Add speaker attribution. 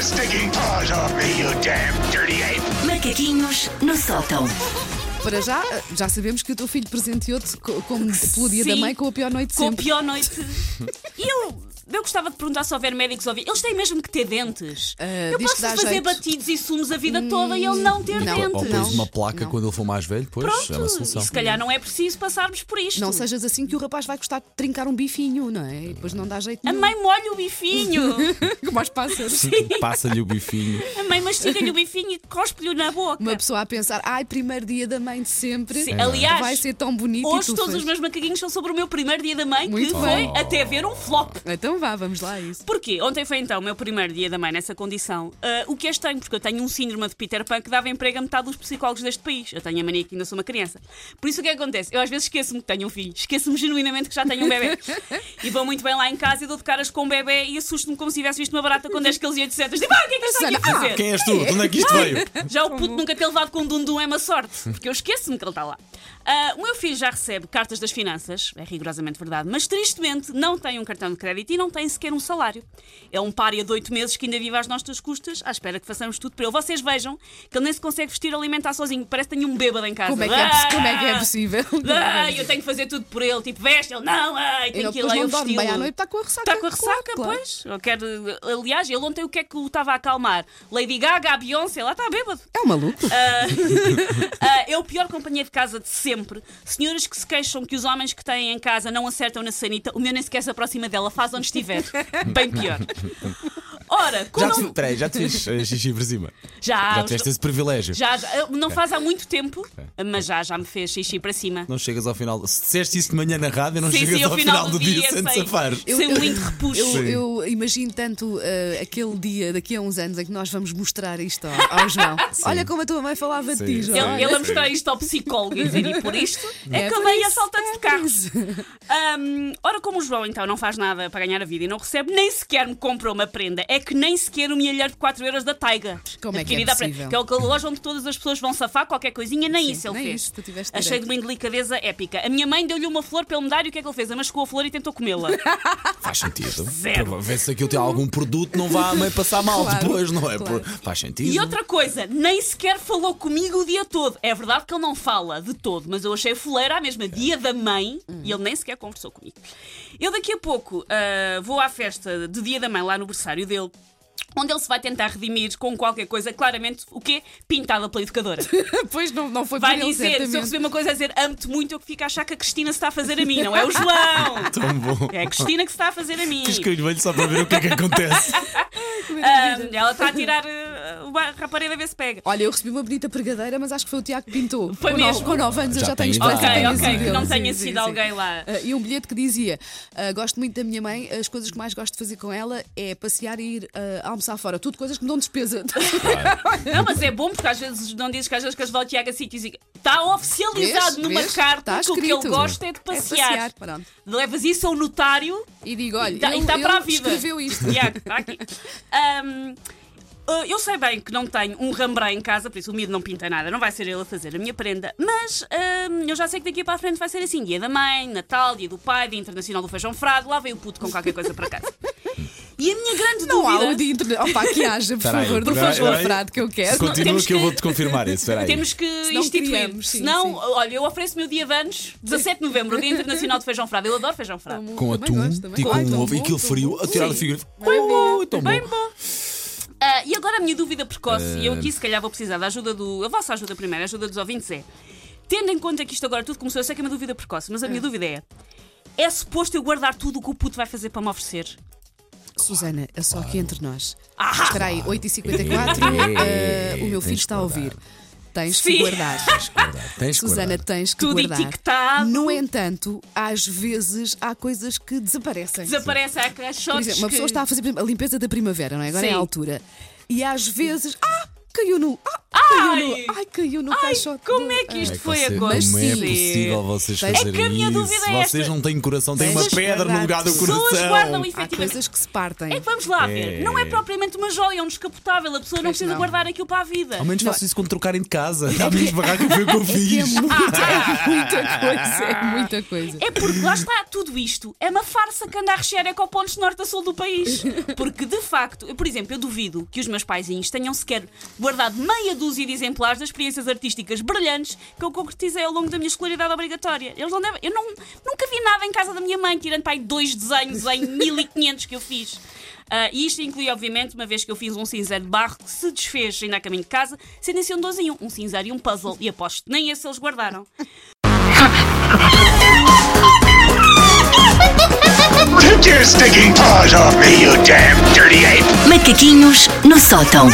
Speaker 1: sticking paws off me, you damn dirty ape!
Speaker 2: Macaquinhos no sótão.
Speaker 3: Para já, eh, já sabemos que o teu filho presenteou-te co- com- pelo dia da
Speaker 4: Sim.
Speaker 3: mãe com a pior noite de
Speaker 4: Com a
Speaker 3: sempre.
Speaker 4: pior noite. E eu, eu gostava de perguntar se houver médicos a ouvir. Eles têm mesmo que ter dentes.
Speaker 3: Ah,
Speaker 4: eu
Speaker 3: diz que
Speaker 4: posso
Speaker 3: dá
Speaker 4: fazer
Speaker 3: jeito. Hum,
Speaker 4: batidos e sumos a vida toda e ele não ter
Speaker 3: não.
Speaker 5: Ou
Speaker 4: dentes.
Speaker 3: Não.
Speaker 5: pões uma placa
Speaker 3: Não.
Speaker 5: quando ele for mais velho, pois é uma
Speaker 4: Pronto,
Speaker 5: solução.
Speaker 4: e se calhar não é preciso passarmos por isto.
Speaker 3: Não sejas assim que o rapaz vai gostar de trincar um bifinho, não é? E depois não dá jeito
Speaker 4: A
Speaker 3: nenhum.
Speaker 4: mãe molha o bifinho.
Speaker 3: Como aos pássaros.
Speaker 4: é assim.
Speaker 5: Passa-lhe o bifinho.
Speaker 4: A mãe mastiga-lhe o bifinho e cospe-lhe na boca.
Speaker 3: Uma pessoa a pensar, ai, primeiro dia da mãe de sempre.
Speaker 4: Sim, aliás,
Speaker 3: vai ser tão bonito. e
Speaker 4: Hoje
Speaker 3: tu
Speaker 4: todos
Speaker 3: fazes.
Speaker 4: os meus macaquinhos são sobre o meu primeiro dia da mãe,
Speaker 3: Muito
Speaker 4: que
Speaker 3: bom.
Speaker 4: foi até ver um flop.
Speaker 3: Então vá, vamos lá a isso.
Speaker 4: Porquê? Ontem foi então o meu primeiro dia da mãe nessa condição. Ah, o que é estranho, porque eu tenho um síndrome de Peter Pan que dava emprego a metade dos psicólogos deste país. Eu tenho a mania que ainda sou uma criança. Por isso o que é que acontece? Eu às vezes esqueço-me que tenho um filho, esqueço-me genuinamente que já tenho um bebê. e vou muito bem lá em casa e dou de caras com o bebê e assusto-me como se tivesse visto uma barata com 10 kg e 800. Digo, ah, o que é que eu estou aqui
Speaker 3: Susana,
Speaker 4: a
Speaker 3: ah,
Speaker 4: fazer?
Speaker 5: Quem és tu? De onde é que isto veio?
Speaker 4: Já o puto nunca ter levado com um dundum é uma sorte, porque eu esqueço-me que ele está lá. Ah, o meu filho já recebe cartas das finanças, é rigorosamente verdade, mas tristemente não tem um cartão de crédito e não tem sequer um salário. É um pária de oito meses que ainda vive às nossas custas, à espera que façamos tudo para ele. Vocês vejam que ele nem se consegue vestir alimentar sozinho, parece que tem um bêbado em casa.
Speaker 3: Como é que é, possi- como é, que é
Speaker 4: Ah!
Speaker 3: possível?
Speaker 4: Ah, eu tenho que fazer tudo por ele, tipo, veste ele, não, ai,
Speaker 3: Ele
Speaker 4: tenho que é ir
Speaker 3: depois
Speaker 4: lá eu
Speaker 3: não dorme
Speaker 4: vesti-lo.
Speaker 3: bem à noite, está com a ressaca.
Speaker 4: Está Tá com a ressaca,
Speaker 3: Claro, claro.
Speaker 4: pois. Eu quero... Aliás, ele ontem o que é que o estava a acalmar? Lady Gaga, a Beyoncé, lá está bêbado.
Speaker 3: É um maluco.
Speaker 4: Ah, é o pior companhia de casa de sempre. Senhoras que se queixam que os homens que têm em casa não acertam na sanita, o meu nem sequer se aproxima dela, faz onde estiver. Bem pior. Ora,
Speaker 5: Já
Speaker 4: como.
Speaker 5: te, peraí, já te fiz eh, xixi por cima.
Speaker 4: Ah, Já,
Speaker 5: já tiveste esse privilégio.
Speaker 4: já, já- eu- não faz há muito tempo, mas já, já me fez xixi para cima.
Speaker 5: Não chegas ao final. Se disseste isso de manhã na rádio, não
Speaker 4: Sim,
Speaker 5: chegas
Speaker 4: sim,
Speaker 5: ao final, do dia, sem te
Speaker 4: sei.
Speaker 5: safares.
Speaker 4: Sem um lindo repuxo.
Speaker 3: Eu, eu imagino tanto eh, aquele dia daqui a uns anos em que nós vamos mostrar isto ao, ao João. Olha como a tua mãe falava de ti,
Speaker 5: Sim,
Speaker 3: João.
Speaker 5: sim.
Speaker 4: Ele, ele a mostrar isto ao psicólogo e dizer, e por isto
Speaker 3: É
Speaker 4: é que
Speaker 3: por
Speaker 4: eu dei
Speaker 3: isso,
Speaker 4: assaltante de carros. Ahm, ora, como o João então não faz nada para ganhar a vida e não recebe, nem sequer me compra uma prenda. É que nem sequer um milhar de 4 euros da Taiga.
Speaker 3: Como é que é
Speaker 4: Adquirida à prenda,
Speaker 3: possível?
Speaker 4: Que é o que a loja onde todas as pessoas vão safar qualquer coisinha, nem
Speaker 3: Sim,
Speaker 4: isso ele
Speaker 3: nem
Speaker 4: fez.
Speaker 3: isso, tu tiveste
Speaker 4: Achei
Speaker 3: direito.
Speaker 4: de uma delicadeza épica. A minha mãe deu-lhe uma flor para ele me dar e o que é que ele fez? Amascou a flor e tentou comê-la.
Speaker 5: Faz sentido.
Speaker 4: Zero.
Speaker 5: Prova- Vê se aquilo tem algum produto, não vá a mãe passar mal
Speaker 3: Claro,
Speaker 5: depois, não é?
Speaker 3: claro.
Speaker 5: Por- Faz sentido.
Speaker 4: E outra coisa, nem sequer falou comigo o dia todo. É verdade que ele não fala de todo, mas eu achei fuleira à mesma dia da mãe
Speaker 3: Uhum.
Speaker 4: e ele nem sequer conversou comigo. Eu daqui a pouco ah, vou à festa do dia da mãe, lá no berçário dele. Onde ele se vai tentar redimir com qualquer coisa, claramente o quê? Pintada pela educadora.
Speaker 3: Pois não, não foi
Speaker 4: Vai
Speaker 3: por ele,
Speaker 4: dizer, se eu
Speaker 3: certamente.
Speaker 4: receber uma coisa a dizer amo-te muito, eu que fico a achar que a Cristina se está a fazer a mim, não é o João!
Speaker 5: Tão bom.
Speaker 4: É a Cristina que se está a fazer a mim.
Speaker 5: Quis que eu lhe vejo só para ver o que é que acontece.
Speaker 4: Ah, ela está a tirar ah, o barro à parede a ver se pega.
Speaker 3: Olha, eu recebi uma bonita pregadeira, mas acho que foi o Tiago que pintou.
Speaker 4: Foi
Speaker 3: com nove-
Speaker 4: mesmo.
Speaker 3: com 9 anos eu
Speaker 5: Já
Speaker 3: já
Speaker 5: tem
Speaker 3: tenho
Speaker 5: idade,
Speaker 3: esperança
Speaker 4: Ok,
Speaker 3: que tenha
Speaker 5: não
Speaker 3: sido
Speaker 4: ok,
Speaker 5: sei
Speaker 3: ele.
Speaker 4: que não
Speaker 3: Sim,
Speaker 4: tenha
Speaker 3: sim,
Speaker 4: sido
Speaker 3: sim.
Speaker 4: alguém lá.
Speaker 3: Ah, e um bilhete que dizia: ah, Gosto muito da minha mãe, as coisas que mais gosto de fazer com ela é passear e ir ah, almoçar fora. Tudo coisas que me dão despesa. É
Speaker 4: Não, mas é bom porque às vezes não dizes que às vezes que eles vão ao Tiago a sítios e está
Speaker 3: Vês?
Speaker 4: oficializado numa
Speaker 3: Vês?
Speaker 4: carta
Speaker 3: Está
Speaker 4: que o que
Speaker 3: escrito.
Speaker 4: ele gosta é de passear.
Speaker 3: passear, pronto.
Speaker 4: Levas isso ao notário
Speaker 3: E digo: Olha,
Speaker 4: e tá- e
Speaker 3: ele-
Speaker 4: está
Speaker 3: ele
Speaker 4: para a vida.
Speaker 3: escreveu isto.
Speaker 4: Tiago, está aqui. Ahm, ah, eu sei bem que não tenho um rambré em casa, por isso o miúdo não pinta nada, não vai ser ele a fazer a minha prenda, mas ahm, eu já sei que daqui para a frente vai ser assim: dia da mãe, Natal, dia do pai, dia internacional do feijão frado, lá vem o puto com qualquer coisa para casa. E a minha grande
Speaker 3: Não há um
Speaker 4: dúvida.
Speaker 3: o de internet. Opa, que haja, por
Speaker 5: Espera aí,
Speaker 3: favor, não
Speaker 5: espera aí,
Speaker 3: faz o
Speaker 5: espera aí.
Speaker 3: frado que eu quero.
Speaker 4: Não,
Speaker 5: Continua
Speaker 4: É, temos
Speaker 5: que, eu
Speaker 4: que-
Speaker 5: vou-te confirmar É isso. Espera aí.
Speaker 4: Temos que
Speaker 3: não
Speaker 4: instituir.
Speaker 3: criamos, sim,
Speaker 4: Senão,
Speaker 3: sim.
Speaker 4: olha, eu ofereço o meu dia de anos, 17 de novembro, o Dia Internacional de Feijão Frado. Eu adoro feijão frado.
Speaker 5: Com
Speaker 3: Também
Speaker 5: atum,
Speaker 3: gosto, também
Speaker 5: tipo
Speaker 3: gosto. Ai,
Speaker 5: um
Speaker 3: tão
Speaker 5: ovo e
Speaker 3: bom,
Speaker 5: aquilo
Speaker 3: tão
Speaker 5: frio,
Speaker 3: bom.
Speaker 5: a tirar da
Speaker 4: Sim.
Speaker 5: figura. Ui, tão
Speaker 4: Bem
Speaker 5: bom.
Speaker 4: bom. Ah, e agora a minha dúvida precoce, e eu aqui se calhar vou precisar da ajuda do. A vossa ajuda primeiro, a ajuda dos ouvintes é. Tendo em conta que isto agora tudo começou, eu sei que é uma dúvida precoce, mas a minha dúvida é. É suposto eu guardar tudo o que o puto vai fazer para me oferecer?
Speaker 3: Susana, é só aqui entre nós.
Speaker 4: Ah!
Speaker 3: Espera aí, 8h54,
Speaker 5: É,
Speaker 3: eh, o meu
Speaker 5: tens
Speaker 3: filho
Speaker 5: que
Speaker 3: está a
Speaker 5: guardar.
Speaker 3: ouvir. Tens
Speaker 4: Sim.
Speaker 3: que guardar.
Speaker 5: Tens que
Speaker 3: Susana,
Speaker 5: guardar.
Speaker 3: tens que
Speaker 4: Tudo
Speaker 3: guardar.
Speaker 4: etiquetado.
Speaker 3: No entanto, às vezes há coisas que desaparecem.
Speaker 4: Desaparece a caixotes
Speaker 3: Por exemplo, uma
Speaker 4: que-
Speaker 3: pessoa está a fazer por exemplo, a limpeza da primavera, não é? Agora é
Speaker 4: Sim.
Speaker 3: a altura. E às vezes. Ah! caiu no. Ah,
Speaker 4: Ai!
Speaker 3: caiu no. Ai, caiu no
Speaker 4: Ai,
Speaker 3: caixote.
Speaker 4: como
Speaker 3: do-
Speaker 4: é que
Speaker 3: Ah.
Speaker 4: isto
Speaker 5: é que
Speaker 4: foi
Speaker 5: você-
Speaker 4: agora?
Speaker 5: Como é
Speaker 3: Sim.
Speaker 5: possível vocês
Speaker 3: É que a
Speaker 5: fazerem
Speaker 4: minha
Speaker 5: isso?
Speaker 4: dúvida é
Speaker 5: vocês
Speaker 4: esta.
Speaker 5: não têm coração, têm uma
Speaker 3: Pessoas
Speaker 5: pedra no lugar do
Speaker 3: guardam-
Speaker 5: coração.
Speaker 4: Pessoas guardam
Speaker 3: Há
Speaker 4: efetivamente.
Speaker 3: coisas que se partem.
Speaker 4: É que vamos lá ver. Não é propriamente uma joia, é um descapotável. A pessoa não precisa
Speaker 3: não.
Speaker 4: guardar aquilo para a vida.
Speaker 5: Ao menos
Speaker 3: Não.
Speaker 5: faço isso quando trocarem de casa. A minha barraca foi o que eu
Speaker 3: É que é
Speaker 5: fiz.
Speaker 3: muita, é muita coisa. É muita coisa.
Speaker 4: É porque lá está tudo isto. É uma farsa que anda a rechear ecopontos de norte a sul do país. Porque, de facto, eu, por exemplo, eu duvido que os meus paizinhos tenham sequer guardado meia dúzia de exemplares das experiências artísticas brilhantes que eu concretizei ao longo da minha escolaridade obrigatória. Eles não devem, eu não, nunca vi nada em casa da minha mãe, tirando para aí dois desenhos em 1500 que eu fiz. Ah, e isto inclui, obviamente, uma vez que eu fiz um cinzeiro de barro que se desfez ainda a caminho de casa, sendo-se um 12 em um, um cinzeiro e um puzzle. E aposto, que nem esse eles guardaram.
Speaker 1: Take your stinking paws off me, you damn dirty ape!
Speaker 2: Macaquinhos no sótão.